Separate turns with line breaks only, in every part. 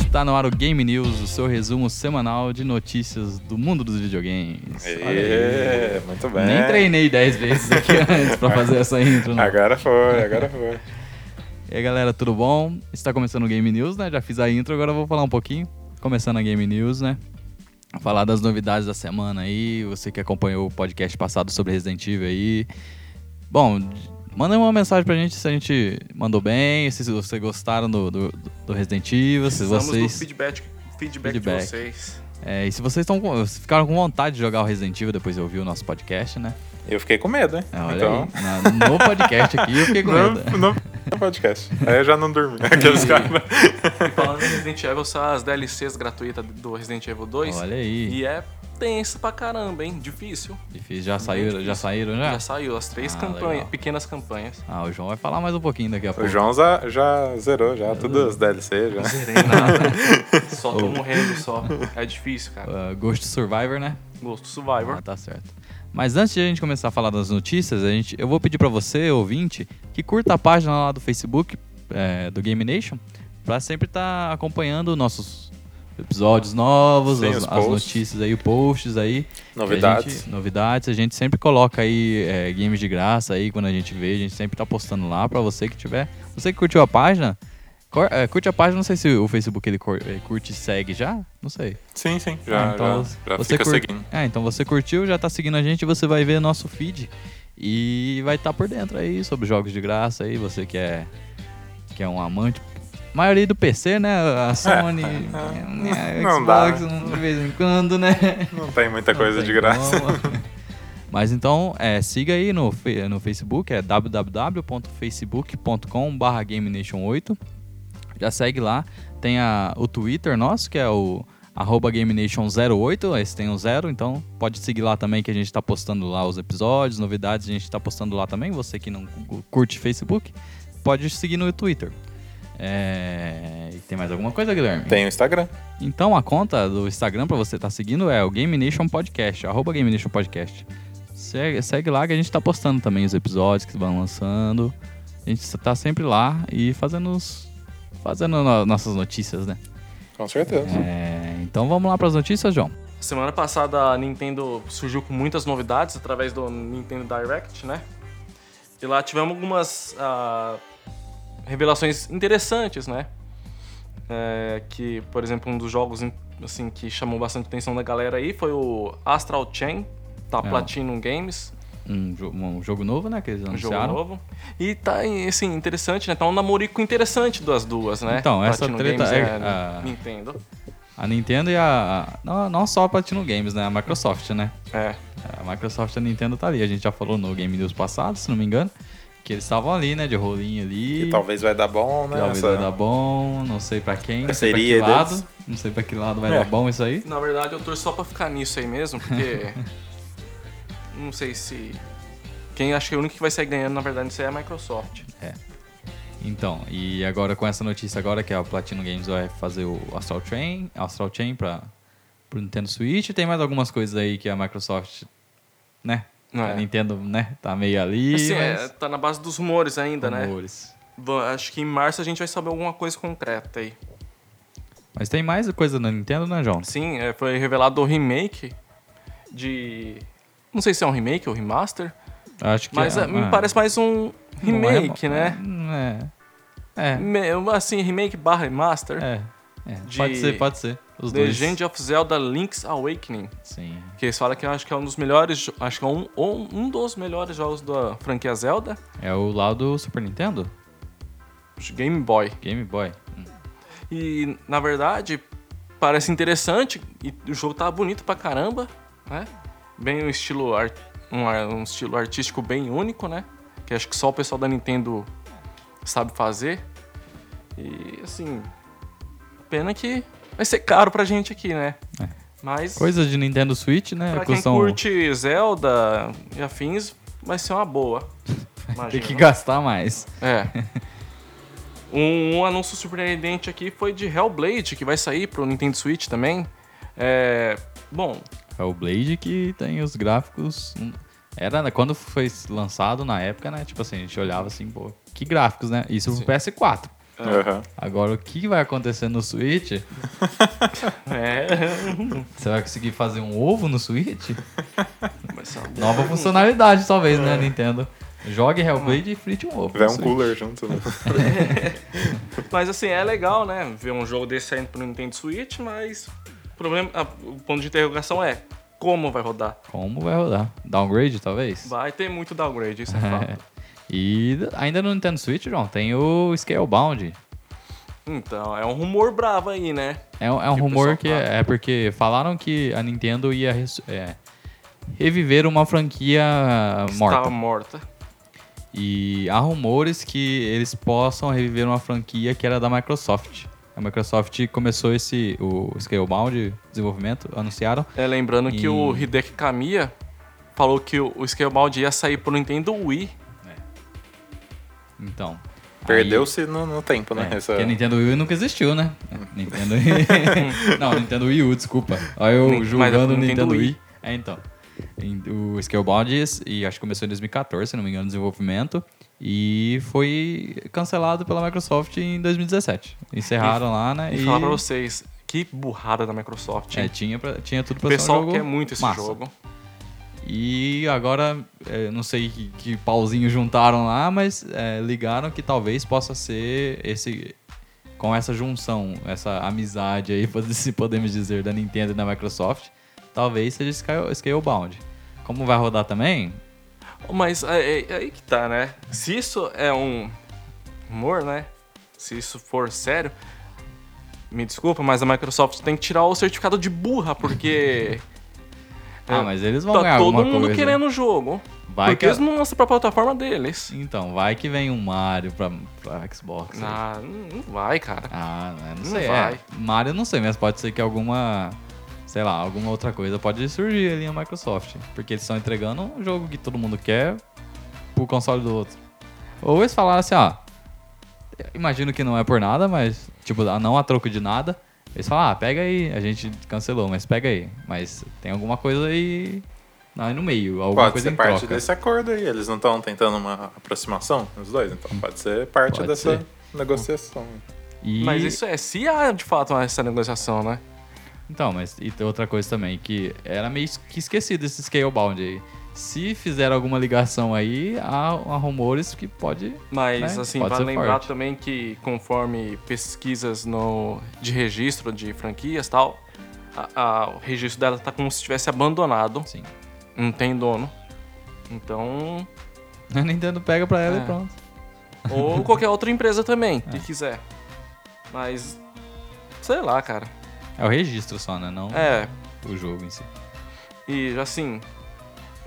Está no ar o Game News, o seu resumo semanal de notícias do mundo dos videogames. Olha aí.
É, muito bem.
Nem treinei 10 vezes aqui antes pra fazer essa intro. Não.
Agora foi, agora foi.
E aí, galera, tudo bom? Está começando o Game News, né? Já fiz a intro, agora eu vou falar um pouquinho. Começando a Game News, né? Falar das novidades da semana aí, você que acompanhou o podcast passado sobre Resident Evil aí. Bom, manda uma mensagem pra gente se a gente mandou bem, se vocês gostaram do, do, do Resident Evil, se
Precisamos do
vocês...
feedback, feedback,
Feedback.
de vocês.
É, e se vocês tão com- ficaram com vontade de jogar o Resident Evil depois de ouvir o nosso podcast, né?
Eu fiquei com medo, hein?
É, olha
então,
aí, na- no podcast aqui eu fiquei com medo.
no, no, no podcast. Aí eu já não dormi. né, Aqueles caras.
E falando em Resident Evil, são as DLCs gratuitas do Resident Evil 2.
Olha aí,
E é tenso pra caramba, hein? Difícil.
difícil. Já saíram, já
difícil.
saíram
Já saiu as três
É. Ah,
campanhas,
legal.
pequenas campanhas.
Ah, o João vai falar mais um pouquinho daqui a pouco.
O João já, já zerou, já. Tudo as DLC, já.
Só
Oh.
tô morrendo só. É difícil, cara.
Ah, Ghost Survivor, né?
Gosto Survivor.
Ah, tá certo. Mas antes de a gente começar a falar das notícias, a gente, eu vou pedir pra você, ouvinte, que curta a página lá do Facebook é, do Game Nation, pra sempre estar acompanhando nossos episódios novos,
Sim,
as,
os
as
posts.
notícias aí, posts aí.
Novidades.
A gente- novidades. A gente sempre coloca aí é, games de graça aí quando a gente vê. A gente sempre tá postando lá pra você que tiver. Você que curtiu a página, cor- é, curte a página. Não sei se o Facebook ele cor- é, curte e segue já. Não sei.
Sim, sim. Já,
Ah, então
já, já
você
fica
cur-
seguindo.
É, então você curtiu, já tá seguindo a gente. Você vai ver nosso feed e vai estar por dentro aí sobre jogos de graça aí. Você que é, que é um amante. A maioria do PC, né? A Sony,
é.
a
Não dá,
Xbox, um de vez em quando, né?
Não tem muita coisa
Não
de
tem
graça.
como. Mas então, é, siga aí no, fe- no Facebook, é www.facebook.com.br GameNation8. Já segue lá. Tem a- o Twitter nosso, que é o arroba GameNation08. Esse tem um zero, então pode seguir lá também que a gente tá postando lá os episódios, novidades, a gente tá postando lá também. Você que não cu- curte Facebook, pode seguir no Twitter. É, e tem mais alguma coisa, Guilherme?
Tem o Instagram.
Então a conta do Instagram pra você estar seguindo é o Game Nation Podcast, arroba Game Nation Podcast. Segue, segue lá que a gente tá postando também os episódios que vão lançando. A gente tá sempre lá e fazendo os- fazendo no- nossas notícias, né?
Com certeza.
É, então vamos lá pras notícias, João.
Semana passada a Nintendo surgiu com muitas novidades através do Nintendo Direct, né? E lá tivemos algumas ah, revelações interessantes, né? É, que, por exemplo, um dos jogos assim, que chamou bastante atenção da galera aí foi o Astral Chain, da
É.
Platinum Games,
Um, jo- um jogo novo, né? Que eles
um
anunciaram.
jogo novo. E tá, assim, interessante, né? Tá um namorico interessante das duas, né?
Então, essa
Platinum
treta
Games
é-
e a
ah.
Nintendo.
A Nintendo e a. a- não, não só a Platinum Games, né? A Microsoft, né?
É.
A Microsoft e a Nintendo tá ali. A gente já falou no Game News passado, se não me engano. Que eles estavam ali, né? De rolinho ali.
E talvez vai dar bom, né?
é
Talvez
essa-
vai dar bom, não sei pra quem, não sei pra que
Parceria
lado.
deles.
Não sei pra que lado vai
É.
dar bom isso aí.
Na verdade, eu torço só pra ficar nisso aí mesmo, porque. não sei se. Quem acho que é o único que vai sair ganhando, na verdade, isso aí é a Microsoft.
Então, e agora com essa notícia agora que a Platinum Games vai fazer o Astral Chain, Astral Chain pra, pro Nintendo Switch, tem mais algumas coisas aí que a Microsoft, né?
Não
A
é?
Nintendo, né? Tá meio ali,
Assim, é,
mas...
tá na base dos rumores ainda, né?
rumores.
Va- Acho que em março a gente vai saber alguma coisa concreta aí.
Mas tem mais coisa na Nintendo, né, João?
Sim, é, foi revelado o remake de. Não sei se é um remake ou remaster,
Acho que
mas
é,
é, me
ah,
parece mais um
não é-
remake, né?
É,
Me- assim, remake barra remaster
é, é. é.
De-
Pode ser, pode ser. Os
The
dois.
Legend of Zelda Link's Awakening.
Sim.
Que eles falam que eu acho que é um dos melhores. jo- Acho que é um, ou um dos melhores jogos da franquia Zelda,
É o lá do Super Nintendo?
de Game Boy.
Game Boy. Hum.
E, na verdade, parece interessante. E o jogo tá bonito pra caramba, né? Bem um estilo, ar- um, ar- um estilo artístico bem único, né? Que acho que só o pessoal da Nintendo sabe fazer. E, assim. Pena que vai ser caro pra gente aqui, né?
É.
Mas.
Coisas de Nintendo Switch, né?
Pra quem
Custam...
curte Zelda e afins, vai ser uma boa.
Tem que
Imagino.
gastar mais.
É. Um, um anúncio surpreendente aqui foi de Hellblade, que vai sair pro Nintendo Switch também. É, bom,
É o Blade que tem os gráficos. hum, Era né, quando foi lançado na época, né? Tipo assim, a gente olhava assim, pô, que gráficos, né? Isso pro PS4.
Aham.
Agora, o que vai acontecer no Switch?
É.
Você vai conseguir fazer um ovo no Switch?
Mas só-
Nova funcionalidade, talvez,
É.
né, Nintendo? Jogue Hellblade e frite um ovo.
Vai
no
um
Switch.
cooler junto. né?
Mas assim, é legal, né? Ver um jogo desse saindo pro Nintendo Switch, mas o, problema, a- o ponto de interrogação é como vai rodar?
Como vai rodar? Downgrade, talvez?
Vai ter muito downgrade, isso é fato.
E ainda no Nintendo Switch, João, tem o Scalebound.
Então, é um rumor bravo aí, né?
É, um- é um
Que o
rumor
pessoal
que
fala.
é porque falaram que a Nintendo ia res- é, reviver uma franquia morta.
Estava morta.
E há rumores que eles possam reviver uma franquia que era da Microsoft. A Microsoft começou esse o Scalebound desenvolvimento, anunciaram.
É, lembrando
E-
que o Hideki Kamiya falou que o o Scalebound ia sair pro Nintendo Wii.
Então. aí-
Perdeu-se no, no tempo, né?
É,
Essa...
Porque a Nintendo Wii nunca existiu, né? Nintendo Wii. não, Nintendo Wii U, desculpa. Olha eu
Mas é
julgando o
Nintendo
Nintendo Wii.
Wii.
É, então. Em- O Scalebound, e acho que começou em 2014, se não me engano, o desenvolvimento. E foi cancelado pela Microsoft em 2017. Encerraram lá, né?
E, falar pra vocês, que burrada da Microsoft.
É,
hein?
tinha, pra- tinha tudo
o
pra ser um
pessoal
jogo
quer muito esse
massa.
jogo.
E agora, é, não sei que, que pauzinho juntaram lá, mas é, ligaram que talvez possa ser esse com essa junção, essa amizade aí, pode- se podemos dizer, da Nintendo e da Microsoft, talvez seja Scale- Scalebound. Como vai rodar também?
Mas é- é- é aí que tá, né? Se isso é um humor, né? Se isso for sério, me desculpa, mas a Microsoft tem que tirar o certificado de burra, porque.
Ah,
é,
mas eles vão ganhar
Tá todo
alguma
mundo
coisa.
querendo o jogo.
Vai
porque
que-
eles não lançam pra plataforma deles.
Então, vai que vem um Mario pra, pra Xbox.
Ah, não não vai, cara.
Ah, né, não
Não
sei. É.
vai.
Mario não sei, mas pode ser que alguma. Sei lá, alguma outra coisa pode surgir ali na Microsoft. Porque eles estão entregando um jogo que todo mundo quer pro console do outro. Ou eles falaram assim, ó. Imagino que não é por nada, mas, tipo, não a troco de nada. Eles falam, ah, pega aí. A gente cancelou, mas pega aí. Mas tem alguma coisa aí. Aí no meio, alguma
Pode
coisa
ser
em
parte
troca.
desse acordo aí. Eles não estão tentando uma aproximação, os dois. Então pode ser parte
Pode
dessa
ser.
negociação.
E-
Mas isso é se há de fato essa negociação, né?
Então, mas e tem outra coisa também, que era meio es- que esquecido esse Scalebound aí. Se fizer alguma ligação aí, há, há rumores que pode.
Mas,
né,
assim,
pode
vale
ser
lembrar
forte.
também que conforme pesquisas no, de registro de franquias e tal, a- a- o registro dela tá como se estivesse abandonado,
Sim.
não tem dono. Então,
A Nintendo pega pra ela e
É.
pronto.
ou qualquer outra empresa também,
É.
que quiser. Mas, sei lá, cara.
É o registro só, né? Não
É,
o jogo em si.
e assim,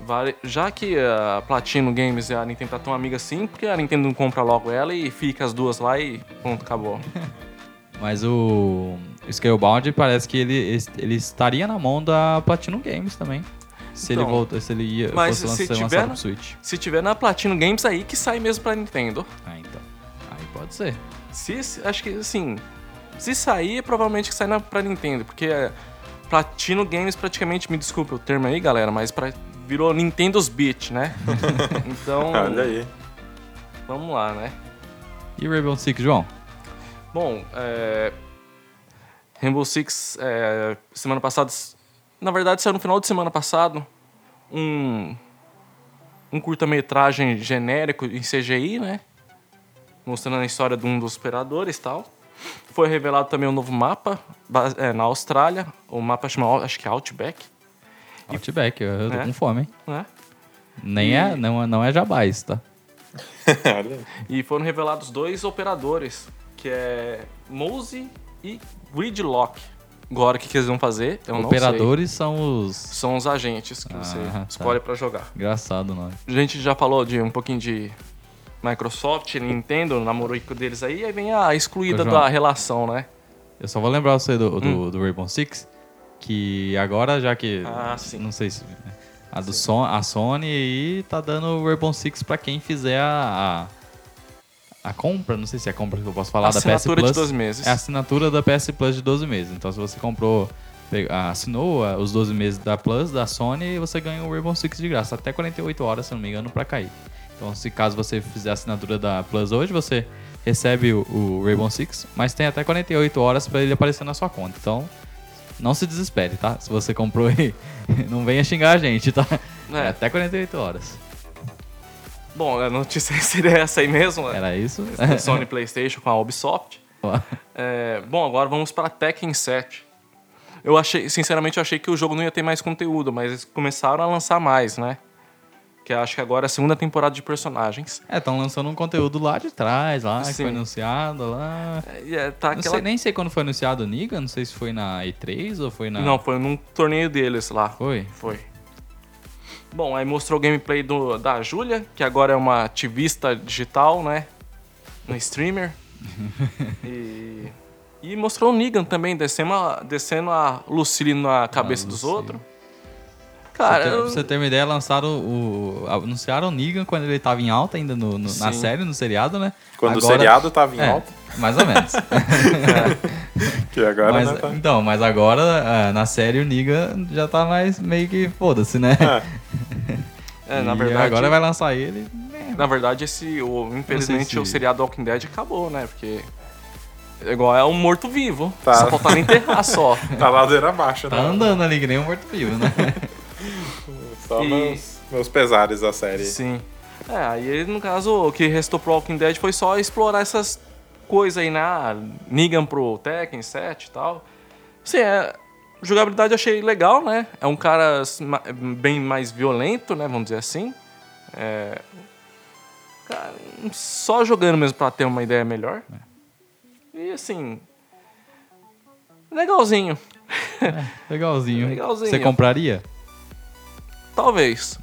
vale, já que a Platino Games e a Nintendo tá tão amiga assim, porque a Nintendo não compra logo ela e fica as duas lá e pronto, acabou.
Mas o, o Scalebound parece que ele, es- ele estaria na mão da Platinum Games também. Se
Então,
ele volta, se ele ia
mas
fosse
se
lançar,
tiver né?
lançado
na-
pro Switch.
Se tiver na Platino Games aí que sai mesmo pra Nintendo.
Ah, então. Aí pode ser.
Se, acho que assim, se sair, provavelmente que sai na, pra Nintendo, porque é, Platino Games praticamente, me desculpe o termo aí, galera, mas pra, virou Nintendo's Beat, né? então,
Olha aí.
vamos lá, né?
E Rainbow Six, João?
Bom, é, Rainbow Six, é, semana passada, na verdade saiu no final de semana passado, um, um curta-metragem genérico em CGI, né? Mostrando a história de um dos operadores e tal. Foi revelado também um novo mapa base- é, na Austrália, o mapa chama, acho que é Outback,
Outback, eu, eu tô
É.
com fome, hein?
né?
Nem é, não, é- não é jabás, tá?
Olha aí.
E foram revelados dois operadores, que é Mose e Gridlock. Agora o que, que eles vão fazer? Eu não sei.
Operadores são os.
são os agentes que você
Ah, tá.
escolhe pra jogar.
Engraçado o nome.
A gente já falou de um pouquinho de Microsoft, Nintendo, namorico deles aí, aí vem a excluída
Ô, João.
da relação, né?
Eu só vou lembrar você do, do,
Hum.
do Rainbow Six, que agora, já que.
Ah, sim.
Não sei se. né, A, do Son, a Sony aí tá dando o Rainbow Six pra quem fizer a. a a compra, não sei se é a compra que eu posso falar,
Assinatura
da PS Plus.
de 12 meses.
É a assinatura da PS Plus de 12 meses. Então, se você comprou, pe- assinou ah, os 12 meses da Plus, da Sony, você ganha o Rainbow Six de graça. Até 48 horas, se não me engano, pra cair. Então, se caso você fizer a assinatura da Plus hoje, você recebe o, o Rainbow Six, mas tem até 48 horas pra ele aparecer na sua conta. Então, não se desespere, tá? Se você comprou e não venha xingar a gente, tá? É.
É.
até 48 horas.
Bom, a notícia seria essa aí mesmo, né?
Era isso?
Da Sony PlayStation com a Ubisoft. É, bom, agora vamos para Tekken 7. Eu achei, sinceramente, eu achei que o jogo não ia ter mais conteúdo, mas eles começaram a lançar mais, né? Que eu acho que agora é a segunda temporada de personagens.
é, estão lançando um conteúdo lá de trás, lá, que foi
Sim.
anunciado lá.
É, e é, tá
Não
aquela-
sei, nem sei quando foi anunciado o Niga, não sei se foi na E3 ou foi na.
Não, foi num torneio deles lá.
Foi?
Foi. Bom, aí mostrou o gameplay do, da Júlia, que agora é uma ativista digital, né? No streamer. e, e mostrou o Negan também, descendo a, descendo a Lucille na cabeça dos
Lucille.
outros.
Pra
Cara,
ter- pra
eu-
você ter uma ideia, lançaram o. o- Anunciaram o Negan quando ele tava em alta ainda no, no- na
Sim.
série, no seriado, né?
Quando
Agora-
o seriado tava em
É,
alta,
Mais ou menos.
que agora
Mas-
né, tá...
Então, mas agora, ah, na série, o Negan já tá mais meio que foda-se, né?
É,
é, na
E
verdade,
agora vai lançar ele. né?
na verdade esse, o, infelizmente,
se-
o seriado Walking Dead acabou, né? Porque é igual é um morto-vivo.
Tá.
Só faltava enterrar só.
tá ladeira abaixo,
Tá
Ah.
né?
andando ali que nem um morto-vivo, né?
Só
E-
meus, meus pesares da série.
Sim. É, aí no caso, o que restou pro Walking Dead foi só explorar essas coisas aí na Negan pro Tekken 7 e tal. Sim, é, jogabilidade eu achei legal, né? É um cara assim, ma- bem mais violento, né? Vamos dizer assim. É, cara, só jogando mesmo pra ter uma ideia melhor. E assim. Legalzinho.
Legalzinho.
Legalzinho.
Você compraria?
Talvez.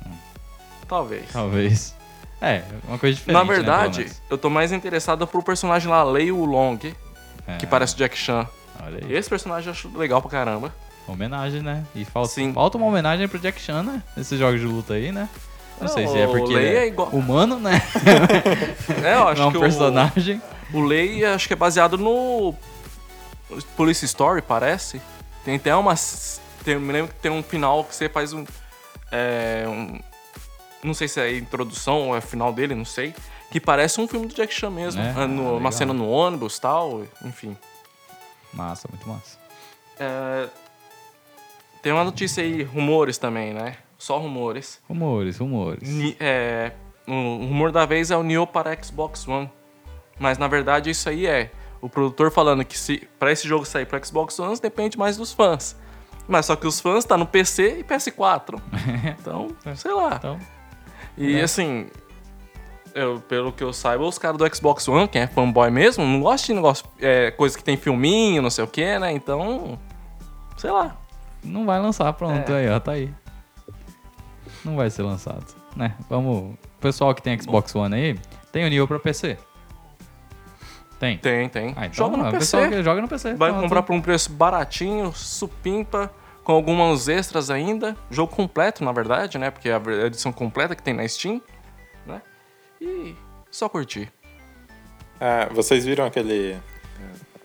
Talvez.
Talvez. É, uma coisa diferente.
Na
né, pelo
verdade,
menos.
eu tô mais interessado pro personagem lá, Lei Long, que
É,
parece o Jack Chan.
Olha aí.
Esse personagem eu acho legal pra caramba.
Homenagem, né? E falta,
Sim.
falta uma homenagem pro Jack Chan, né? Nesses jogos de luta aí, né? Não, sei se é
o
porque
Lei
ele
é igual-
humano, né?
É, eu acho
não é
que
um
o-
personagem.
O, Lei acho que é baseado no Police Story, parece. Tem até uma. Tem, me lembro que tem um final que você faz um, é, um- Não sei se é a introdução ou é o final dele, não sei. Que parece um filme do Jack Chan mesmo.
Né?
ah, no-
Ah, legal.
uma cena no ônibus e tal, enfim.
Massa, muito massa.
É, Tem uma notícia aí, rumores também, né? Só rumores.
Rumores, rumores.
Ni- é, O o rumor da vez é o Nioh para Xbox One. Mas na verdade isso aí é o produtor falando que se para esse jogo sair para Xbox One depende mais dos fãs. Mas só que os fãs tá no PC e PS4. Então, sei lá.
Então,
E assim, eu- pelo que eu saiba, os caras do Xbox One, quem é fanboy mesmo, não gosta de negócio, é, coisa que tem filminho, não sei o que, né? Então, sei lá.
não vai lançar, pronto.
É.
Aí, ó, tá aí. Não vai ser lançado, né? Vamos. O pessoal que tem Xbox One aí, tem o Nioh pra PC? Tem.
Tem, tem.
Ah, então,
joga no
ó, o
PC.
pessoal que assim. joga no PC.
Vai
pronto.
comprar por um preço baratinho, supimpa, com alguns extras ainda. Jogo completo, na verdade, né? Porque é a ver- edição completa que tem na Steam, né? E só curtir.
Ah, vocês viram aquele.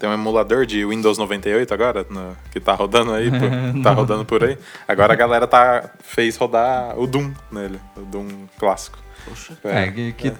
Tem um emulador de Windows 98 agora, no- que tá rodando aí, por- tá rodando por aí. Agora a galera tá, fez rodar o Doom nele, o Doom clássico.
Poxa.
É, que, que- é.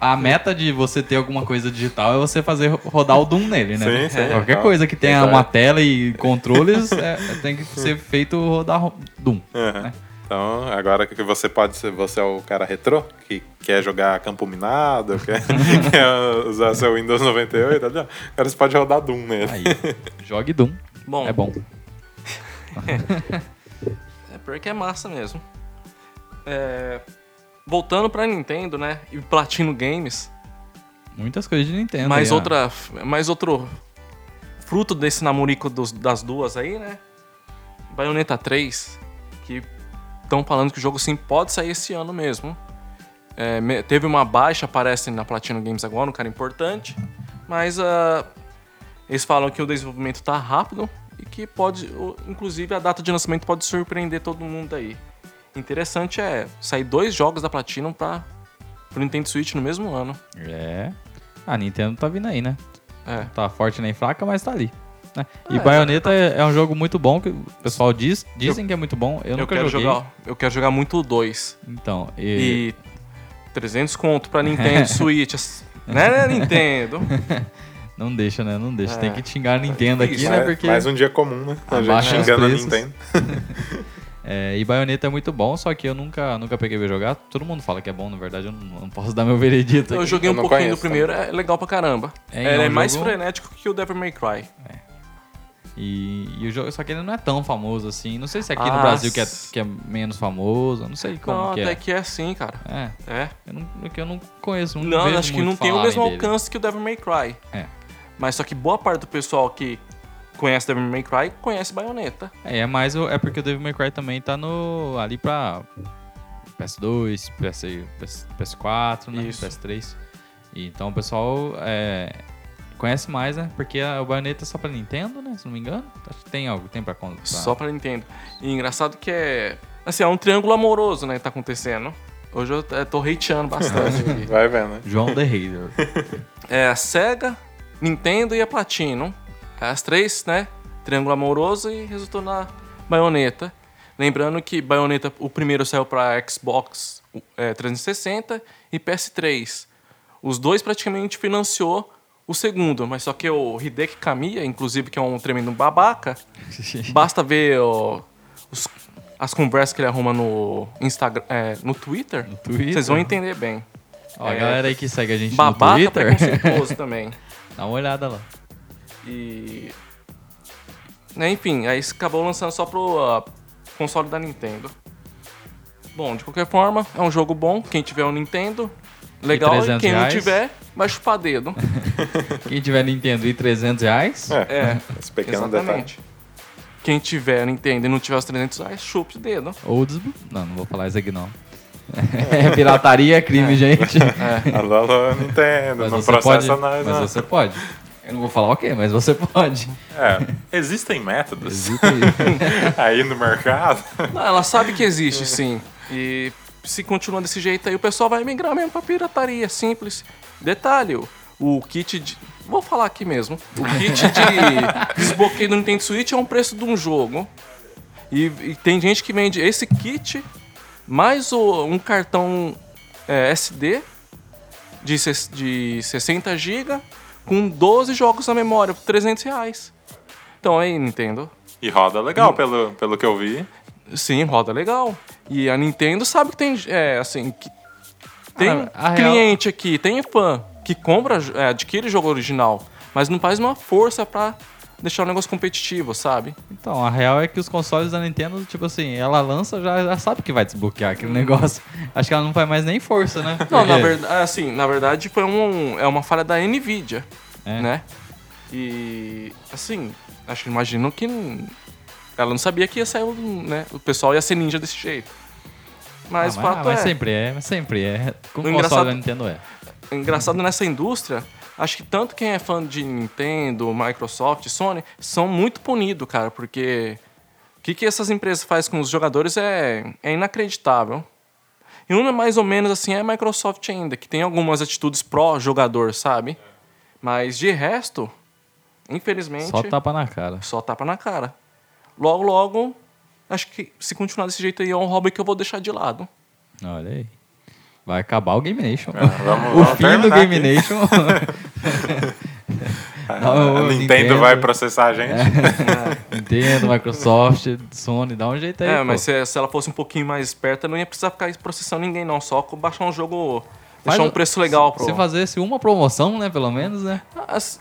A meta de você ter alguma coisa digital é você fazer ro- rodar o Doom nele, né?
Sim, sim.
Qualquer
Então,
coisa que tenha
exato.
uma tela e controles é, tem que ser feito rodar ro- Doom.
Aham. Então, agora que você pode ser, você é o cara retrô, que quer jogar campo minado, quer, quer usar seu Windows 98, ali, ó, agora você pode rodar Doom nele.
Aí, né, jogue Doom.
Bom,
É bom.
É pior que é massa mesmo. É, voltando pra Nintendo, né? E Platino Games.
Muitas coisas de Nintendo.
mais,
aí, ó.
outra, mais outro fruto desse namorico dos- das duas aí, né? Bayonetta 3, que estão falando que o jogo sim pode sair esse ano mesmo. É, me- teve uma baixa, parece, na Platinum Games agora, um cara importante. Mas ah, eles falam que o desenvolvimento tá rápido e que pode, o- inclusive, a data de lançamento pode surpreender todo mundo aí. Interessante é sair dois jogos da Platinum para o Nintendo Switch no mesmo ano.
É. A Nintendo tá vindo aí, né?
É.
Tá forte nem fraca, mas tá ali. né?
É,
e Bayonetta é, é um jogo muito bom, que o pessoal diz, dizem que é muito bom. Eu,
Eu,
nunca
quero
joguei.
jogar, eu quero jogar muito o 2.
Então, e-
E 300 conto pra Nintendo Switch. as- Né, né, Nintendo?
Não deixa, né? Não deixa.
É.
Tem que xingar a Nintendo aqui,
Isso, é
né?
mais,
Porque.
mais um dia comum, né? A gente
Abaixa os
xingando a
preços.
Nintendo.
É, e Bayonetta é muito bom, só que eu nunca, nunca peguei pra jogar. Todo mundo fala que é bom, na verdade, eu não, não posso dar meu veredito.
Eu
aqui.
joguei
Eu
um
não
pouquinho
conheço
do primeiro, é legal pra caramba.
É,
ele
é
é
um
mais
jogo-
frenético que o Devil May Cry.
E, e o jogo, só que ele não é tão famoso assim. Não sei se aqui no
Ah,
Brasil que é,
s-
que é menos famoso, eu não sei como
não,
que
até
é.
que é assim, cara.
É,
É.
eu não, que eu não conheço, não
Não,
vejo
acho que
muito
não tem o
falarem
mesmo
dele.
alcance que o Devil May Cry.
É.
Mas só que boa parte do pessoal que conhece Devil May Cry conhece Bayonetta.
É, é mais o- é porque o Devil May Cry também tá no ali pra PS2, PS, PS4, né?
Isso.
PS3. E então o pessoal é, conhece mais, né? Porque a, o Bayonetta é só pra Nintendo, né? Se não me engano. Acho que tem algo, tem pra conta.
Só pra Nintendo. E engraçado que é. Assim, é um triângulo amoroso, né? Que tá acontecendo. Hoje eu t- tô hateando bastante aqui.
Vai vendo, né?
João The Hater.
É a Sega, Nintendo e a Platinum. As três, né? Triângulo amoroso e resultou na Bayonetta. Lembrando que Bayonetta, o primeiro saiu pra Xbox é, 360 e PS3. Os dois praticamente financiou o segundo, mas só que o Hideki Kamiya, inclusive, que é um tremendo babaca, basta ver ó, os- as conversas que ele arruma no, Instagram, é, no Twitter,
No Twitter.
vocês vão entender bem.
Ó, a
É,
galera aí que segue a gente no
Babaca
Twitter,
preconceituoso também.
dá uma olhada lá.
E. né, Enfim, aí acabou lançando só pro ah, console da Nintendo. Bom, de qualquer forma, é um jogo bom. Quem tiver um Nintendo, legal. E
300
quem não
reais.
tiver, vai chupar dedo.
Quem tiver Nintendo e 300 reais,
É,
É,
esse pequeno detalhe.
exatamente. Quem tiver Nintendo e não tiver os 300 reais, chupa o dedo.
ou des... Não, não vou falar isso aqui não. É pirataria, é crime, gente.
Alô, alô, Nintendo,
Mas
não
você pode,
processa nós, né?
Mas
não.
você pode. Eu não vou falar ok, mas você pode.
É, existem métodos
Existem-
aí no mercado.
Não, ela sabe que existe, sim. E se continuar desse jeito aí, o pessoal vai migrar mesmo pra pirataria, simples. Detalhe, o- o kit de... Vou falar aqui mesmo. O kit de desbloqueio do Nintendo Switch é um preço de um jogo. E, e tem gente que vende esse kit, mais o- um cartão é, SD de, ses- de 60 GB com 12 jogos na memória por 300 reais. Então aí, Nintendo,
E roda legal, pelo, pelo que eu vi.
Sim, roda legal. E a Nintendo sabe que tem, é, assim, que tem
Ah, a real-
cliente aqui, tem fã que compra, é, adquire jogo original, mas não faz uma força pra deixar o negócio competitivo, sabe?
Então, a real é que os consoles da Nintendo, tipo assim, ela lança, já, já sabe que vai desbloquear aquele negócio. Acho que ela não faz mais nem força, né?
Não, na
Porque-
verdade, assim, na verdade foi um, é uma falha da Nvidia,
É.
né? E assim, acho que imagino que n- ela não sabia que ia sair, um, né? O pessoal ia ser ninja desse jeito.
Ah, mas,
Mas o fato
ah, mas
é.
sempre é, mas sempre é. Com o
O
console
engraçado-
da Nintendo é.
engraçado nessa indústria, acho que tanto quem é fã de Nintendo, Microsoft, Sony, são muito punidos, cara, porque o que, que essas empresas fazem com os jogadores é, é inacreditável. E uma mais ou menos assim é a Microsoft ainda, que tem algumas atitudes pró-jogador, sabe? Mas de resto, infelizmente,
Só tapa na cara.
só tapa na cara. Logo, logo, acho que se continuar desse jeito aí é um hobby que eu vou deixar de lado.
Olha aí. Vai acabar o Game Nation.
Vamos,
o
vamos
fim do
terminar
Game
aqui.
Nation. Não,
a
o
Ah, Nintendo,
Nintendo-
vai processar a gente.
Nintendo, Microsoft, Sony, dá um jeito aí.
É,
pô.
mas se, se ela fosse um pouquinho mais esperta, não ia precisar ficar processando ninguém, não. Só co- baixar um jogo.
Faz
Deixar um
o-
preço legal pro.
Se fazesse uma promoção, né, pelo menos, né?
As-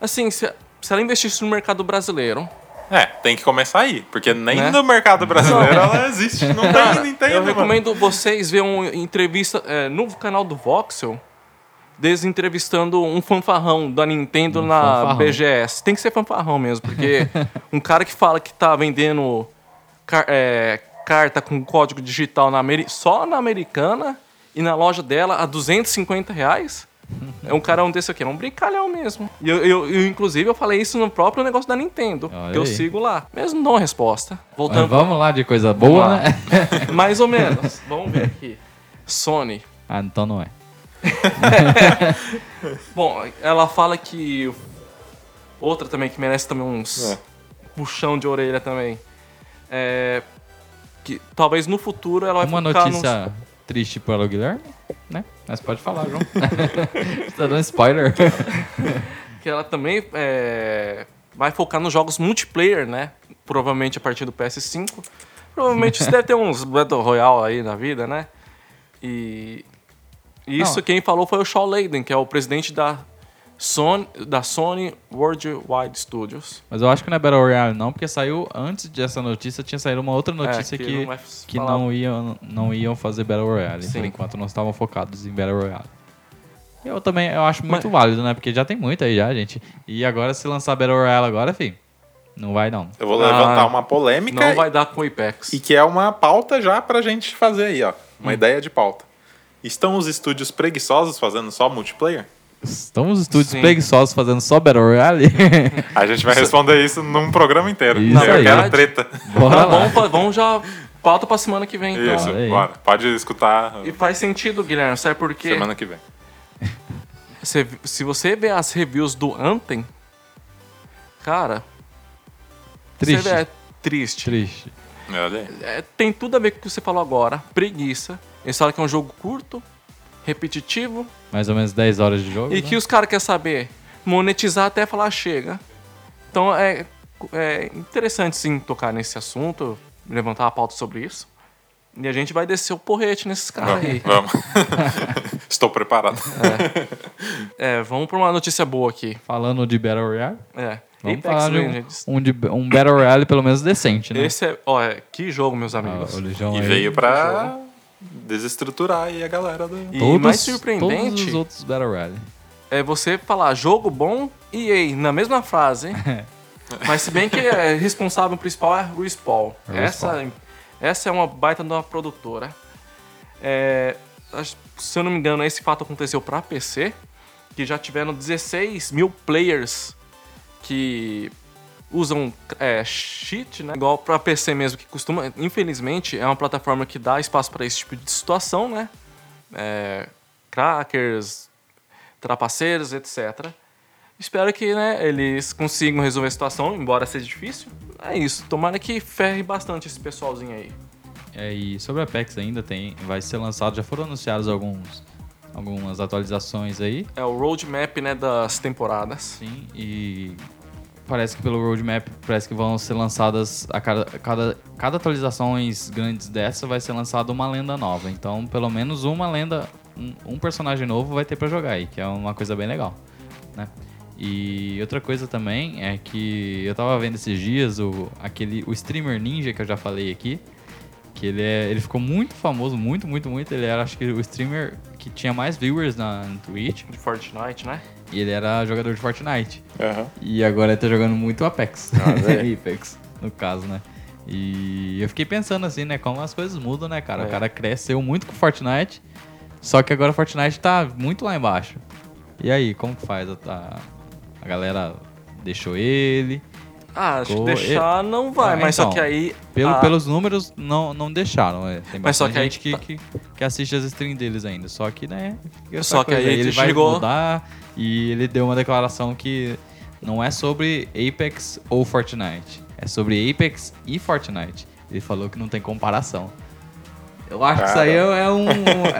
Assim, se, se ela investisse no mercado brasileiro.
É, tem que começar aí, porque nem
Né?
no mercado brasileiro ela existe. Não tem Nintendo,
Eu
mano.
recomendo vocês verem uma entrevista é, no canal do Voxel, deles entrevistando um fanfarrão da Nintendo na
Um fanfarrão.
BGS. Tem que ser fanfarrão mesmo, porque um cara que fala que tá vendendo car- é, carta com código digital na Ameri- só na americana e na loja dela a 250 reais. É um cara um desse aqui, é um brincalhão mesmo. E eu, eu- eu, inclusive, eu falei isso no próprio negócio da Nintendo,
Olha
que eu
aí.
sigo lá. Mesmo não dá uma resposta.
Mas
Voltando
vamos lá de coisa boa,
Vamos lá.
né?
mais ou menos. Vamos ver aqui. Sony.
ah, então não é.
Bom, ela fala que outra também que merece também uns
É.
puxão de orelha também. É que talvez no futuro ela vai
Uma
focar nos-
notícia triste para o Guilherme? né? Mas pode falar, João. Você tá dando spoiler.
que ela também é, vai focar nos jogos multiplayer, né? Provavelmente a partir do PS5. Provavelmente isso deve ter uns Battle Royale aí na vida, né? E e isso
Não.
quem falou foi o Shawn Layden, que é o presidente da Sony, da Sony Worldwide Studios.
Mas eu acho que não é Battle Royale, não, porque saiu antes dessa notícia, tinha saído uma outra notícia
É, que
que,
não vai
que
falar.
não, iam, não iam fazer Battle Royale.
Sim.
Por enquanto não estavam focados em Battle Royale. Eu também eu acho muito válido, né? Porque já tem muito aí já, gente. E agora se lançar Battle Royale agora, fi, não vai não.
Eu vou
Ah,
levantar uma polêmica
Não vai dar com o Apex.
e que é uma pauta já pra gente fazer aí, ó.
Hum.
Uma ideia de pauta. Estão os estúdios preguiçosos fazendo só multiplayer?
Estão os estúdios
Sim.
preguiçosos fazendo só Battle Royale?
A gente vai responder isso num programa inteiro.
Isso
eu
aí.
quero treta.
Bora
Tá
lá.
bom, pa- vamos já pauta pra semana que vem, então.
Isso,
aí.
bora. Pode escutar
E faz sentido, Guilherme, sabe por quê?
semana que vem.
Você- se você vê as reviews do Anthem, cara,
Triste.
você vê, é triste.
Triste.
Olha aí.
É, tem tudo a ver com o que você falou agora, preguiça. Eles falam que é um jogo curto, repetitivo,
Mais ou menos 10 horas de jogo. né?
e que os caras querem saber monetizar até falar chega. Então é, é interessante sim tocar nesse assunto, levantar a pauta sobre isso. E a gente vai descer o porrete nesses caras aí. Então,
Vamos. Estou preparado.
É, vamos pra uma notícia boa aqui.
Falando de Battle Royale,
É.
vamos
Apex
falar de um-
Legends.
um, de, um Battle Royale pelo menos decente, né?
Esse é. Ó, é- que jogo, meus
Ah,
amigos.
o Legião
E
aí.
veio pra desestruturar aí a galera do.
E
Todos,
mais surpreendente
Todos os outros Battle Royale.
é você falar jogo bom e EA na mesma frase. Mas se bem que é responsável principal é a Respawn.
É a
Essa, essa é uma baita de uma produtora. É, acho- se eu não me engano, esse fato aconteceu pra PC, que já tiveram 16 mil players que usam é, cheat, né? Igual pra PC mesmo, que costuma... Infelizmente, é uma plataforma que dá espaço pra esse tipo de situação, né? É, crackers, trapaceiros, etc. Espero que né, eles consigam resolver a situação, embora seja difícil. É isso, tomara que ferre bastante esse pessoalzinho aí.
É, e sobre a Apex ainda tem, vai ser lançado, já foram anunciados alguns, algumas atualizações aí,
É o roadmap né, das temporadas.
sim, e parece que pelo roadmap parece que vão ser lançadas a cada, a cada, cada atualizações grandes dessa vai ser lançada uma lenda nova. Então, pelo menos uma lenda, um, um personagem novo vai ter pra jogar aí, que é uma coisa bem legal, né? E outra coisa também é que eu tava vendo esses dias o aquele o streamer ninja que eu já falei aqui, Que ele, é, ele ficou muito famoso, muito, muito, muito. Ele era, acho que, o streamer que tinha mais viewers na, no Twitch.
De Fortnite, né?
E ele era jogador de Fortnite.
Aham.
E agora ele tá jogando muito Apex.
velho.
Apex, no caso, né? E eu fiquei pensando assim, né? Como as coisas mudam, né, cara?
É.
O cara cresceu muito com Fortnite. Só que agora Fortnite tá muito lá embaixo. E aí, como que faz? A- A, a galera deixou ele.
Ah, acho que
Go-
deixar não vai,
Ah,
mas só
então,
que aí.
Pelo-
ah,
Pelos números, não, não deixaram. É. Tem
Mas
Mas
só
só
que aí
gente que,
tá-
que, que assiste as streams deles ainda. Só que, né? fica essa
Só que
coisa
aí
ele vai
chegou-
mudar e ele deu uma declaração que não é sobre Apex ou Fortnite. É sobre Apex e Fortnite. Ele falou que não tem comparação. Eu acho que isso aí é é um,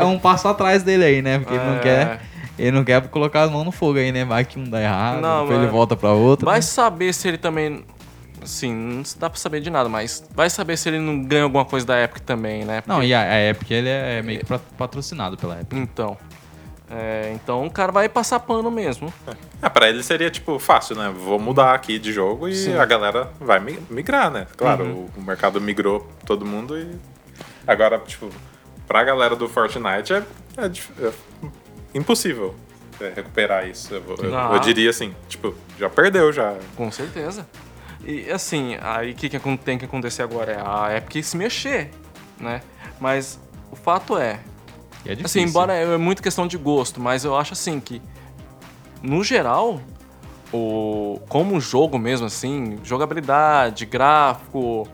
é um passo atrás dele aí, né? Porque ele
É.
não quer. Ele não quer colocar as mãos no fogo aí, né? Vai que um dá errado,
Não,
depois
mas-
ele volta pra outra.
Vai
né?
saber se ele também. Assim, não dá pra saber de nada, mas vai saber se ele não ganha alguma coisa da Epic também, né?
Não, e a, a Epic ele é meio que pra- patrocinado pela Epic.
Então. É, então o cara vai passar pano mesmo.
Ah, pra ele seria, tipo, fácil, né? Vou
Uhum.
mudar aqui de jogo e a galera vai mi- migrar, né? Claro,
Uhum.
o, o mercado migrou todo mundo e. Agora, tipo, pra galera do Fortnite é, é dif- é impossível é, recuperar isso. Eu, vou- eu-
Ah.
eu diria assim, tipo, já perdeu já.
Com certeza. E assim, aí o que, que acon- tem que acontecer agora? É a Epic se mexer, né? Mas o fato é,
E é difícil.
assim, embora é muito questão de gosto, mas eu acho assim que, no geral, o, como um jogo mesmo, assim, jogabilidade, gráfico,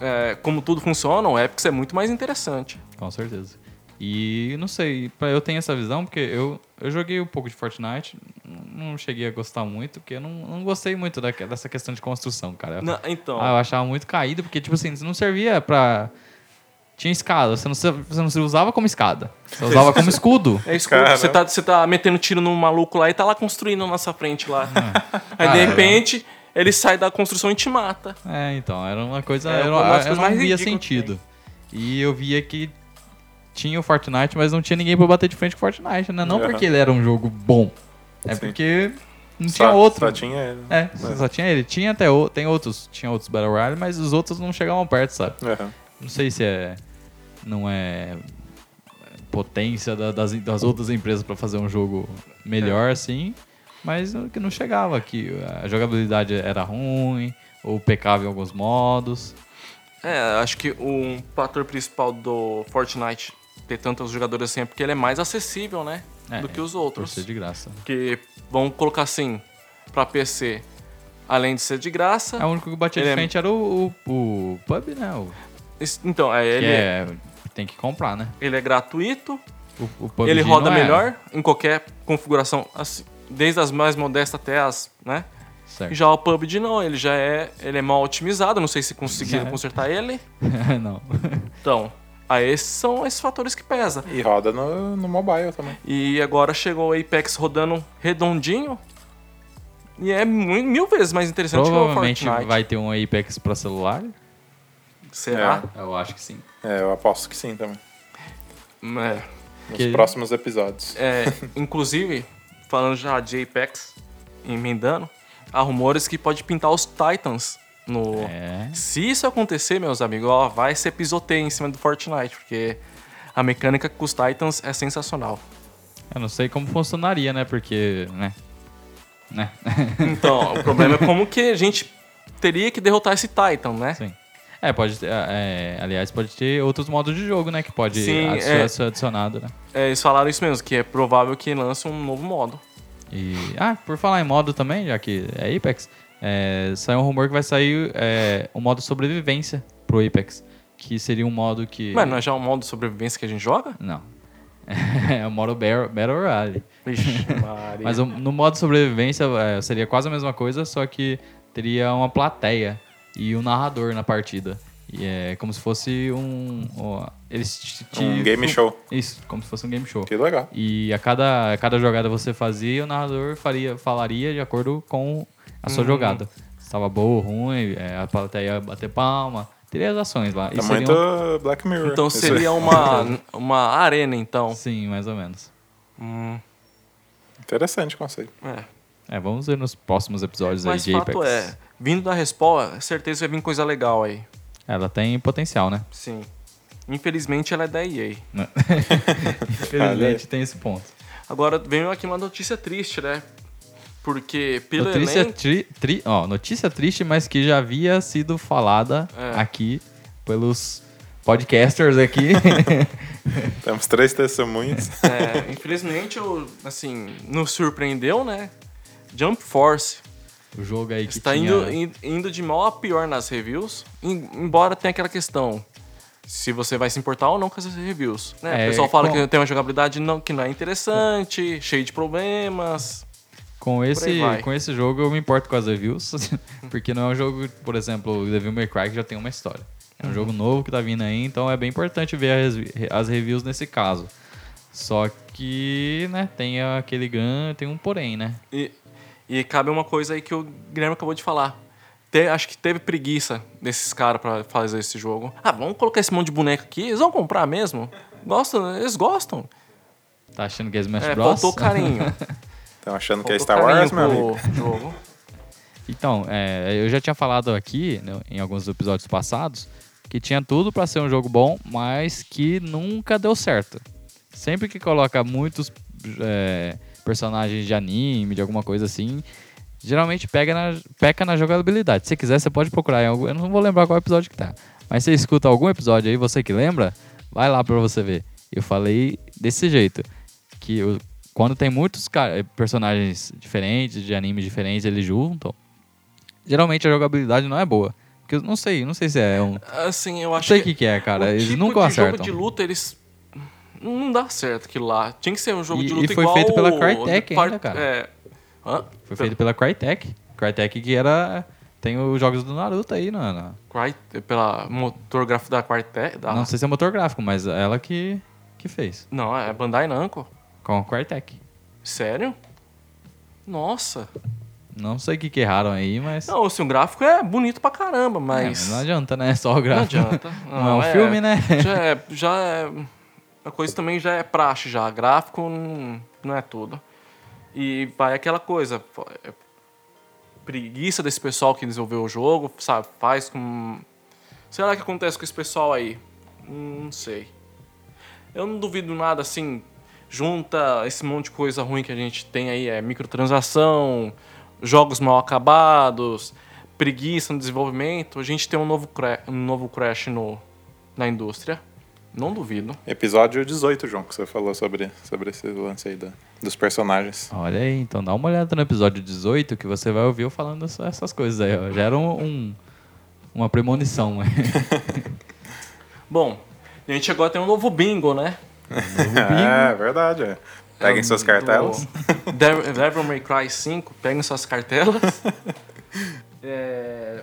é, como tudo funciona, o Epic é muito mais interessante.
Com certeza. E não sei, pra- eu tenho essa visão porque eu, eu joguei um pouco de Fortnite, não cheguei a gostar muito, porque eu não, não gostei muito daque- dessa questão de construção, cara.
Na- então,
Ah, eu achava muito caído, porque, tipo assim, isso não servia pra. Tinha escada, você não, se- você não se usava como escada. Você usava como escudo.
É escudo.
Cara.
Você tá, você tá metendo tiro num maluco lá e tá lá construindo na nossa frente lá. Aí, de
Ah,
repente, ele sai da construção e te mata.
É, então, era uma coisa.
É
eu,
uma das
eu-
coisas
eu não
mais
via
ridículas que
sentido. E eu via que tinha o Fortnite, mas não tinha ninguém pra bater de frente com o Fortnite, né? Não
Aham.
porque ele era um jogo bom. É
Sim.
porque não
Só-
tinha outro.
Só tinha ele.
É, só tinha ele. Tinha até o- tem outros, tinha outros Battle Royale, mas os outros não chegavam perto, sabe?
Aham.
Não sei se é não é potência da- das, das outras empresas pra fazer um jogo melhor
É.
assim, mas o que não chegava que a jogabilidade era ruim ou pecava em alguns modos.
É, acho que o fator principal do Fortnite ter tantos jogadores assim é porque ele é mais acessível, né?
É,
do que os
Por
outros.
ser de graça.
Que vamos colocar assim, pra PC, além de ser de graça.
É, o único que batia
Ele
de
é-
frente era o, o, o pub, né? O,
es- Então, é,
que
ele, é...
é, tem que comprar, né?
ele é gratuito,
O, o PUBG
ele roda
não é. era.
melhor em qualquer configuração, assim, desde as mais modestas até as, né?
Certo.
Já o PUBG não, ele já é, ele é mal otimizado, não sei se conseguiram
É.
consertar ele.
não.
Então, aí esses são esses fatores que pesam.
E roda no, no mobile também.
E agora chegou o Apex rodando redondinho. E é mu- mil vezes mais interessante que o
Provavelmente
um Fortnite.
vai ter um Apex pra celular.
Será?
Eu acho que sim.
É, eu aposto que sim também.
É.
Nos
Que-
próximos episódios.
É, inclusive, falando já de Apex, emendando, há rumores que pode pintar os Titans no.
É.
Se isso acontecer, meus amigos, ó, vai ser pisoteio em cima do Fortnite, porque a mecânica com os Titans é sensacional.
Eu não sei como funcionaria, né? Porque, né? Né?
Então, o problema é como que a gente teria que derrotar esse Titan, né?
Sim. É, pode ter. é, aliás, pode ter outros modos de jogo, né? Que pode
Sim,
adi-
é.
ser adicionado, né?
É, eles falaram isso mesmo, que é provável que lance um novo modo.
E. Ah, por falar em modo também, já que é Apex, é, saiu um rumor que vai sair é, um modo sobrevivência pro Apex. Que seria um modo que.
Mas não é já um modo de sobrevivência que a gente joga?
Não. É o modo Battle Battle Royale.
Vixe, Maria.
Mas o- no modo sobrevivência é, seria quase a mesma coisa, só que teria uma plateia e um narrador na partida. E é como se fosse um. ó, eles te- te-
Um game show.
Isso, como se fosse um game show.
Que legal.
E a cada, a cada jogada que você fazia, o narrador faria, falaria de acordo com a
Hum.
sua jogada. Se estava boa ou ruim, é, a plateia ia bater palma. Teria as ações lá. E
Tá
seria
muito
um-
Black Mirror.
Então
isso
seria
é.
aí.
uma, uma arena, então.
Sim, mais ou menos.
Hum,
Interessante o conceito.
é.
É, vamos ver nos próximos episódios
Mas
aí de
fato
Apex.
é, vindo da Respawn, é certeza vai vir coisa legal aí.
Ela tem potencial, né?
Sim. Infelizmente ela é da EA.
Infelizmente tem esse ponto.
Agora veio aqui uma notícia triste, né? Porque pelo
Notícia,
elenco...
tri, tri- ó, notícia triste, mas que já havia sido falada
É.
aqui pelos podcasters aqui.
Temos três testemunhas.
É, infelizmente, eu, assim, nos surpreendeu, né? Jump Force
o jogo aí que
está
tinha...
indo, in- indo de mal a pior nas reviews, em- embora tenha aquela questão se você vai se importar ou não com essas reviews. né?
É,
o pessoal fala
com-
que tem uma jogabilidade não, que não é interessante, cheio de problemas.
Com esse,
vai.
com esse jogo eu me importo com as reviews, porque não é um jogo, por exemplo, o Devil May Cry que já tem uma história. É um
Uhum.
jogo novo que tá vindo aí, então é bem importante ver as, as reviews nesse caso. Só que, né, tem aquele gan, tem um porém, né?
E, e cabe uma coisa aí que o Guilherme acabou de falar. Te- acho que teve preguiça desses caras pra fazer esse jogo. Ah, vamos colocar esse monte de boneco aqui, eles vão comprar mesmo? Gostam, né? eles gostam.
Tá achando que é Smash
É,
Bros?
faltou carinho.
Estão achando que é
Faltou
Star Wars, meu
carinho
amigo?
pro jogo.
Então, é, eu já tinha falado aqui, né, em alguns episódios passados, que tinha tudo pra ser um jogo bom, mas que nunca deu certo. Sempre que coloca muitos é, personagens de anime, de alguma coisa assim, geralmente pega na, peca na jogabilidade. Se quiser, você pode procurar em algum. Eu não vou lembrar qual episódio que tá. Mas você escuta algum episódio aí, você que lembra, vai lá pra você ver. Eu falei desse jeito que eu- quando tem muitos ca- personagens diferentes, de animes diferentes, eles juntam. Geralmente a jogabilidade não é boa. Porque eu não sei, não sei se é um.
Assim, eu
Não
acho
sei o que, que é, cara.
o
Eles
tipo
nunca
de
acertam.
jogo de luta, eles. Não dá certo aquilo lá. Tinha que ser um jogo
E-
de
e
luta
foi
igual.
feito pela
o-
Crytek ainda,
Far-
cara.
É. Hã?
Foi feito pela Crytek. Crytek que era Tem os jogos do Naruto aí, né, na, na-
Cry- pela motor gráfico da Quartet. Da...
não sei se é motor gráfico, mas ela que, que fez.
Não, é Bandai Namco.
Com a Crytek.
Sério? Nossa.
Não sei o que, que erraram aí, mas.
Não, assim, o gráfico é bonito pra caramba,
É,
mas.
mas não adianta, né? É só o gráfico.
Não adianta.
Não, é um filme, né?
Já é, já é- A coisa também já é praxe, já. Gráfico não, não é tudo. E vai aquela coisa. pô, é preguiça desse pessoal que desenvolveu o jogo, sabe? Faz com. Sei lá o que acontece com esse pessoal aí. Hum, Não sei. Eu não duvido nada assim. Junta esse monte de coisa ruim que a gente tem aí, é microtransação, jogos mal acabados, preguiça no desenvolvimento. A gente tem um novo, cra- um novo crash no, na indústria. Não duvido.
Episódio 18, João, que você falou sobre, sobre esse lance aí da- dos personagens.
Olha aí, então dá uma olhada no episódio 18 que você vai ouvir eu falando essa- essas coisas aí. Ó. Já era um, um- uma premonição, né?
Bom, a gente agora tem um novo bingo, né?
é, verdade. é. Peguem suas cartelas.
Do Devil Devil May Cry 5, peguem suas cartelas. É,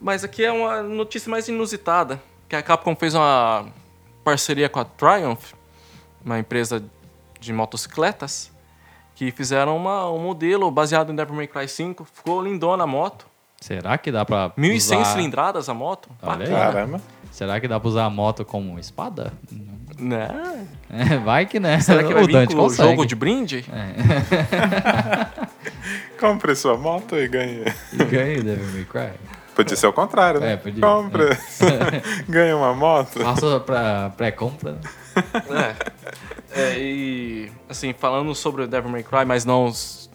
Mas aqui é uma notícia mais inusitada, que a Capcom fez uma parceria com a Triumph, uma empresa de motocicletas, que fizeram uma- um modelo baseado em Devil May Cry 5. Ficou lindona a moto.
Será que dá pra.
1.100
usar-
cilindradas a moto.
Olha aí.
Bacana.
Caramba.
Será que dá pra usar a moto como espada?
Né?
É, vai que né?
Será que vai
o
vir
Dante
com o
consegue.
jogo de brinde?
Compre sua moto e ganhe.
E ganha o Devil May Cry.
Podia ser o contrário, né?
É, podia. É.
Compre. ganhe uma moto.
Passa pra pré-compra. né?
É. É, e assim, falando sobre o Devil May Cry, mas não. os-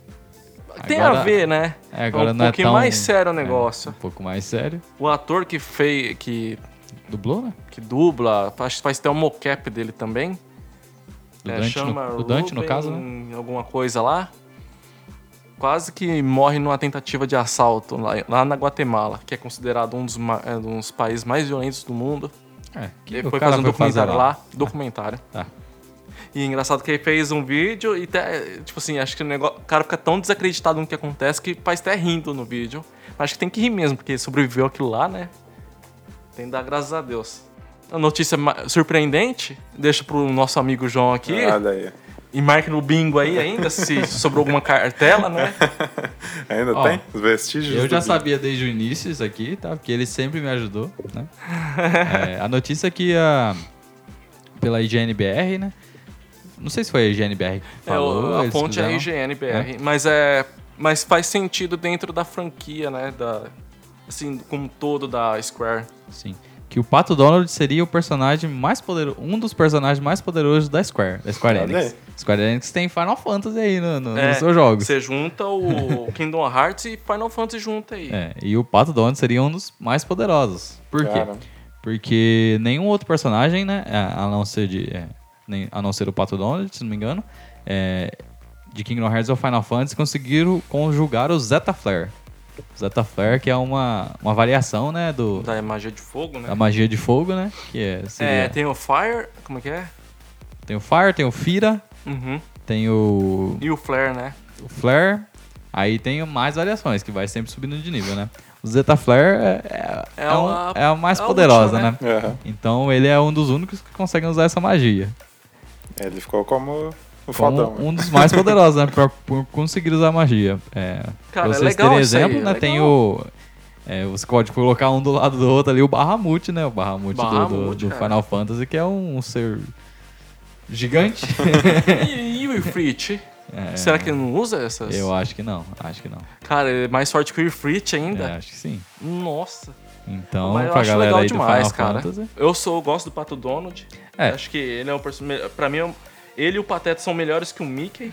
Tem
Agora-
a ver, né?
É, agora
é um
não é
pouquinho
tão-
mais sério o negócio.
Um pouco mais sério.
O ator que fez. que,
Dublou, né?
que dubla, faz, faz até o mocap dele também.
Do
é,
Dante,
chama
no, do Dante no
Ruben
caso, né?
Alguma coisa lá. Quase que morre numa tentativa de assalto lá, lá na Guatemala, que é considerado um dos, ma- é, um dos países mais violentos do mundo.
É, que
Ele
o
foi
cara
fazer um
foi fazer Ah,
documentário lá. Documentário.
Tá.
E é engraçado que ele fez um vídeo e até, tipo assim, acho que o, negócio, o cara fica tão desacreditado no que acontece que faz até rindo no vídeo. Mas acho que tem que rir mesmo, porque sobreviveu aquilo lá, né? Tem que dar graças a Deus. A notícia ma- surpreendente, deixa pro nosso amigo João aqui.
Olha aí.
E marque no bingo aí ainda, se sobrou alguma cartela, né?
Ainda
Ó,
tem? Os vestígios?
Eu
do
já
Big.
sabia desde o início isso aqui, tá? Porque ele sempre me ajudou, né? É, a notícia é que a, pela IGNBR, né? Não sei se foi a IGNBR que
É, o-
falou.
a
eles
fonte é
fizeram-
IGNBR. Mas é. Mas faz sentido dentro da franquia, né? Da, assim, como um todo da Square.
Sim. Que o Pato Donald seria o personagem mais poderoso, um dos personagens mais poderosos da Square, da Square
Olha
Enix. Square Enix tem Final Fantasy aí no, no,
É,
nos seus jogos.
Você junta o Kingdom Hearts e Final Fantasy junta aí.
É, e o Pato Donald seria um dos mais poderosos. Por quê?
Caramba.
Porque nenhum outro personagem, né? é, A não ser, de, é, nem- a não ser o Pato Donald, se não me engano, é, de Kingdom Hearts ou Final Fantasy conseguiram conjugar o Zeta Flare. Zeta Flare, que é uma, uma variação, né? Do,
Da magia de fogo, né?
da magia de fogo, né? Que é, seria-
É, tem o Fire. Como é que é?
tem o Fire, tem o Fira,
Uhum.
tem o,
E o Flare, né?
o Flare. Aí tem mais variações, que vai sempre subindo de nível, né? O Zeta Flare é, é,
É
é um-
a-
é a mais
a
poderosa,
última, né?
né?
Aham.
Então ele é um dos únicos que conseguem usar essa magia.
Ele ficou como
Como
o fodão. né?
um dos mais poderosos, né? Pra, por conseguir usar magia. É, pra
Cara, é
vocês
legal
terem
isso aí,
exemplo, né?
é
Tem
legal.
o. é, você pode colocar um do lado do outro ali, o Bahamut, né? O Bahamut, do-
Bahamut,
do, do,
cara.
Final Fantasy, que é um ser gigante.
E, e o Ifrit? Será que ele não usa essas?
É. Eu acho que não, acho que não.
Cara, ele é mais forte que o Ifrit ainda.
É, acho que sim.
Nossa.
Então,
Mas eu
pra
acho
galera
legal
aí
demais,
do Final
cara.
Fantasy.
Eu sou, eu gosto do Pato Donald.
É.
Acho que ele é um personagem. Pra mim, é um- ele e o Pateta são melhores que o Mickey.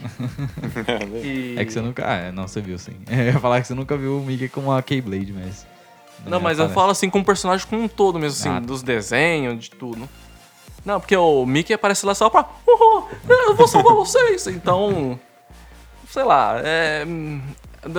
E-
É que você nunca. Ah, é, não, você viu sim. Eu ia falar que você nunca viu o Mickey com uma Keyblade, mas.
Não,
né,
mas eu
parece.
falo assim com o personagem como um todo mesmo, assim,
Ah.
dos desenhos, de tudo. Não, porque o Mickey aparece lá só pra. Uhul, eu vou salvar vocês! Então. Sei lá, é. hum,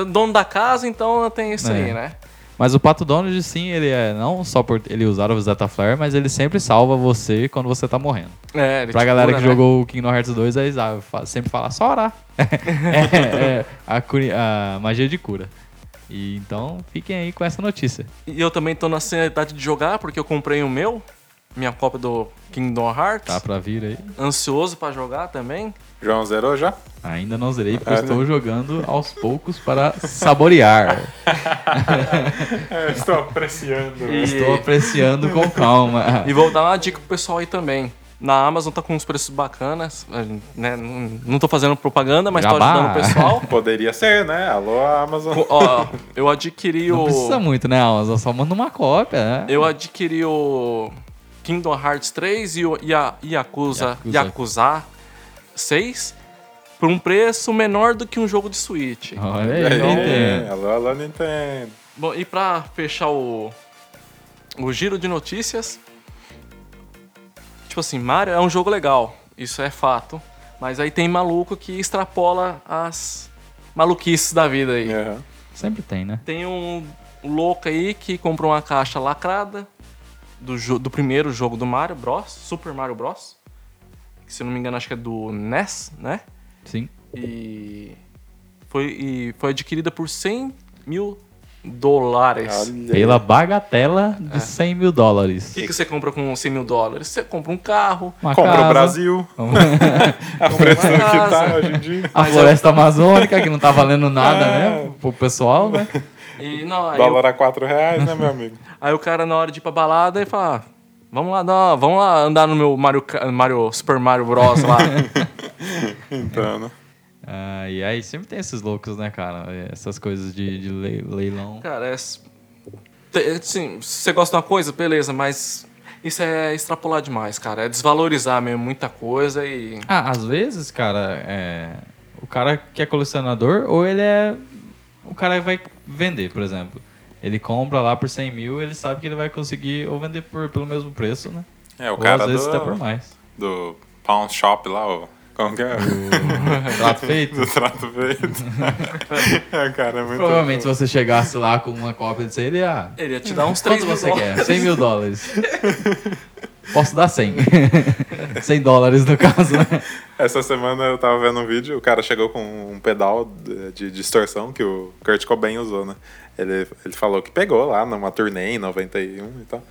Dono da casa, então tem isso
É.
aí, né?
Mas o Pato Donald, sim, ele é não só por ele usar o Zeta Flare, mas ele sempre salva você quando você tá morrendo.
É, ele
Pra
te
galera
cura,
que
né?
jogou o Kingdom Hearts 2, eles ah, fa- sempre falam só orar. é, é, a, curi- a magia de cura. E então fiquem aí com essa notícia.
E eu também tô na ansiedade de jogar, porque eu comprei o meu, minha cópia do Kingdom Hearts.
Tá pra vir aí?
Ansioso pra jogar também.
João zerou já?
Ainda não zerei, porque eu estou jogando aos poucos para saborear.
É, estou apreciando.
E-
Estou apreciando com calma.
E vou dar uma dica pro pessoal aí também. Na Amazon tá com uns preços bacanas, né? Não não tô fazendo propaganda, mas tô
Jabá.
ajudando o pessoal.
Poderia ser, né? Alô, Amazon.
Ó, eu adquiri
Não
o.
precisa muito, né, Amazon? Só manda uma cópia, né?
Eu adquiri o Kingdom Hearts 3 e o Ya- Yakuza,
Yakuza.
Yakuza. 6 por um preço menor do que um jogo de Switch.
Olha aí,
É,
Nintendo.
Alô, alô, Nintendo.
Bom, e pra fechar o, o giro de notícias, tipo assim, Mario é um jogo legal, isso é fato, mas aí tem maluco que extrapola as maluquices da vida aí.
Aham.
Sempre tem, né?
Tem um louco aí que comprou uma caixa lacrada do, jo- do primeiro jogo do Mario Bros, Super Mario Bros, que se eu não me engano acho que é do NES, né?
Sim.
E foi, e foi adquirida por 100 mil dólares.
Olha
Pela
aí.
bagatela de 100 mil dólares.
O que, que você compra com 100 mil dólares? Você compra um carro.
Uma
Compra o
casa,
Brasil. A preço
uma
que tá
casa.
hoje em dia.
A
Mas
floresta amazônica, que não tá valendo nada, né? Pro pessoal, né?
E não, aí, o,
Dólar a 4 reais, né, meu amigo?
aí o cara, na hora de ir pra balada, ele fala: "Ah, Vamos lá, dar, vamos lá andar no meu Mario, Ca- Mario Super Mario Bros. lá.
Então, né?
Ah, e aí sempre tem esses loucos, né, cara? Essas coisas de, de le- leilão.
cara, é. s- te- Assim, se você gosta de uma coisa, beleza, mas isso é extrapolar demais, cara. É desvalorizar mesmo muita coisa e.
Ah, às vezes, cara, é, o cara que é colecionador, ou ele é. O cara vai vender, por exemplo. Ele compra lá por 100 mil, ele sabe que ele vai conseguir ou vender por, pelo mesmo preço, né?
É, o
ou
cara
às vezes até por
do,
mais.
do Pawn Shop lá, ó. Como que é?
Trato Tá feito.
Do trato feito. é, cara, é muito
Provavelmente se você chegasse lá com uma cópia disso aí, ele ah,
Ele ia te dar uns 3
Quanto
mil
você
dólares.
quer? 100 mil dólares. Posso dar 100. 100 dólares, no caso, né?
Essa semana eu tava vendo um vídeo, o cara chegou com um pedal de, de distorção que o Kurt Cobain usou, né? Ele, ele falou que pegou lá numa turnê em 91 e tal.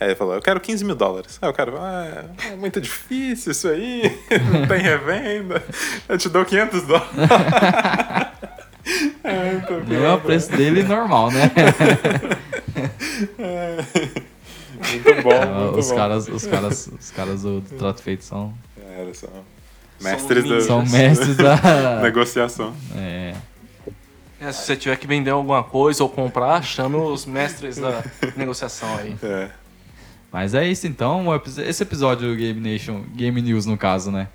Aí ele falou, eu quero 15 mil dólares. Aí o cara falou, ah, é muito difícil isso aí, não tem revenda, eu te dou 500 dólares. é, então,
Não é o preço dele normal, né?
é. Muito bom, muito
Ah, os,
bom.
caras, os, caras, os caras do, do Trato Feito são,
É, eles são mestres da
ninjas.
são mestres da...
negociação.
É,
É, se você tiver que vender alguma coisa ou comprar, chame os mestres da negociação aí.
É.
mas é isso, então. o epi- Esse episódio do Game Nation, Game News, no caso, né?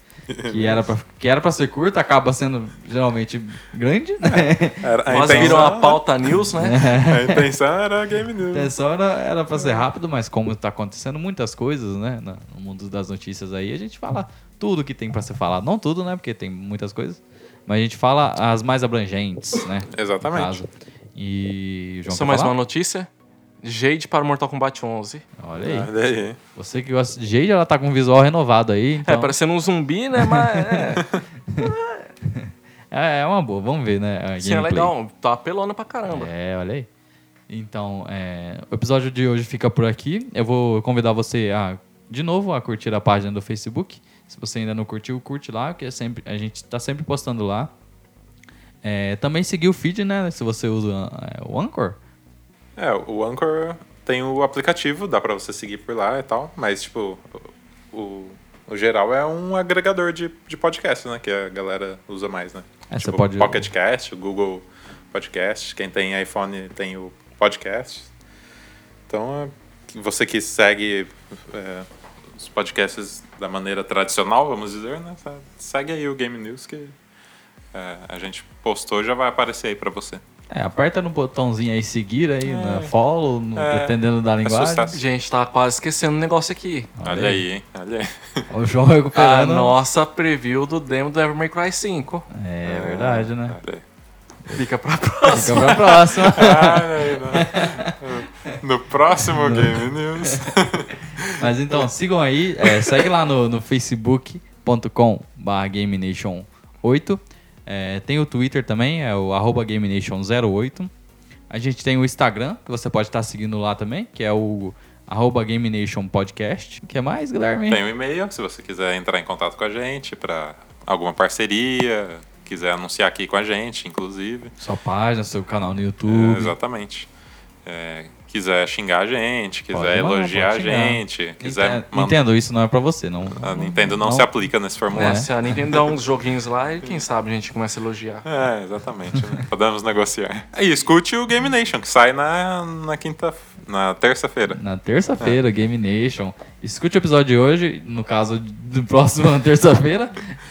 Que era, pra, que era pra ser curto, acaba sendo geralmente grande, né?
Era- a
Nós
intenção-
viram a pauta news, né?
A intenção era Game
A
News.
intenção era, era pra ser rápido, mas como tá acontecendo muitas coisas, né? na- No mundo das notícias aí, a gente fala tudo que tem pra ser falado. Não tudo, né? Porque tem muitas coisas. Mas a gente fala as mais abrangentes, né? no
Exatamente.
caso. E. João,
Só
quer
mais
falar?
uma notícia. Jade para o Mortal Kombat É, 11.
Olha aí.
Olha aí.
Você que gosta de Jade, ela tá com um visual renovado aí. Então...
É, parecendo um zumbi, né? Mas é,
É, é uma boa, vamos ver, né? a
assim, é
gameplay.
legal. Tá apelona pra caramba.
É, olha aí. Então, é, o episódio de hoje fica por aqui. Eu vou convidar você a, de novo, a curtir a página do Facebook. Se você ainda não curtiu, curte lá, porque é sempre, a gente tá sempre postando lá. É, também seguir o feed, né? Se você usa é, o Anchor.
É, o Anchor tem o aplicativo, dá pra você seguir por lá e tal, mas, tipo, o, o geral é um agregador de, de podcast, né? Que a galera usa mais, né?
É,
tipo,
você pode-
Pocket Cast, o Google Podcast, quem tem iPhone tem o podcast. Então, é, você que segue é, os podcasts da maneira tradicional, vamos dizer, né? Segue aí o Game News que é, a gente postou, já vai aparecer aí pra você.
É, aperta no botãozinho aí seguir aí, na follow, no-
É.
dependendo da linguagem.
sucesso.
Gente, tá quase esquecendo um negócio aqui.
Olha aí, hein? Olha aí.
O João
A
recuperando.
nossa preview do demo do Devil May Cry 5.
É verdade, né?
Olha aí.
Fica pra próxima.
Fica pra próxima.
né? No próximo Game News.
Mas então, sigam aí, é, segue lá no, no facebook.com GameNation8. É, tem o Twitter também, é o arroba GameNation08. A gente tem o Instagram, que você pode estar seguindo lá também, que é o arroba Game Nation Podcast. O que mais, Guilherme?
Tem um e-mail, se você quiser entrar em contato com a gente para alguma parceria, quiser anunciar aqui com a gente, inclusive.
Sua página, seu canal no
É,
YouTube.
exatamente. É, quiser xingar a gente, quiser
Pode mandar,
elogiar a
pode xingar.
gente, quiser
Entendo,
mandar.
Entendo, isso não é pra você, não.
A Nintendo não, se aplica nesse
É.
formulário.
Se a Nintendo dá uns joguinhos lá e quem sabe a gente começa a elogiar.
É, exatamente. né? Podemos negociar. E escute o Game Nation, que sai na, na quinta. na terça-feira.
Na terça-feira, Game Nation. Escute o episódio de hoje, no caso do próximo na terça-feira,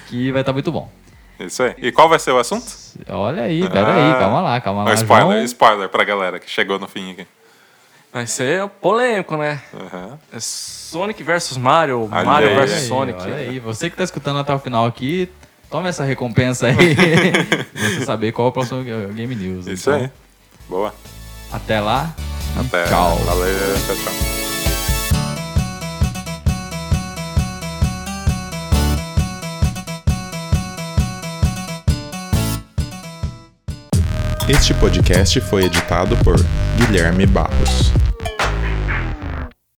que vai estar muito bom.
Isso aí. E qual vai ser o assunto?
Olha aí, pera aí,
Ah.
calma lá, calma
Ah,
lá.
spoiler,
João.
spoiler pra galera que chegou no fim aqui.
Vai ser polêmico, né?
Aham.
É Sonic versus Mario,
Olha
Mario
aí,
Olha
versus
aí,
Sonic.
Olha aí, você que tá escutando até o final aqui, tome essa recompensa aí. pra você saber qual é o próximo Game News.
Isso
Então,
aí. Boa.
Até lá.
Até.
Tchau.
Valeu, tchau, tchau. Este podcast foi editado por Guilherme Barros.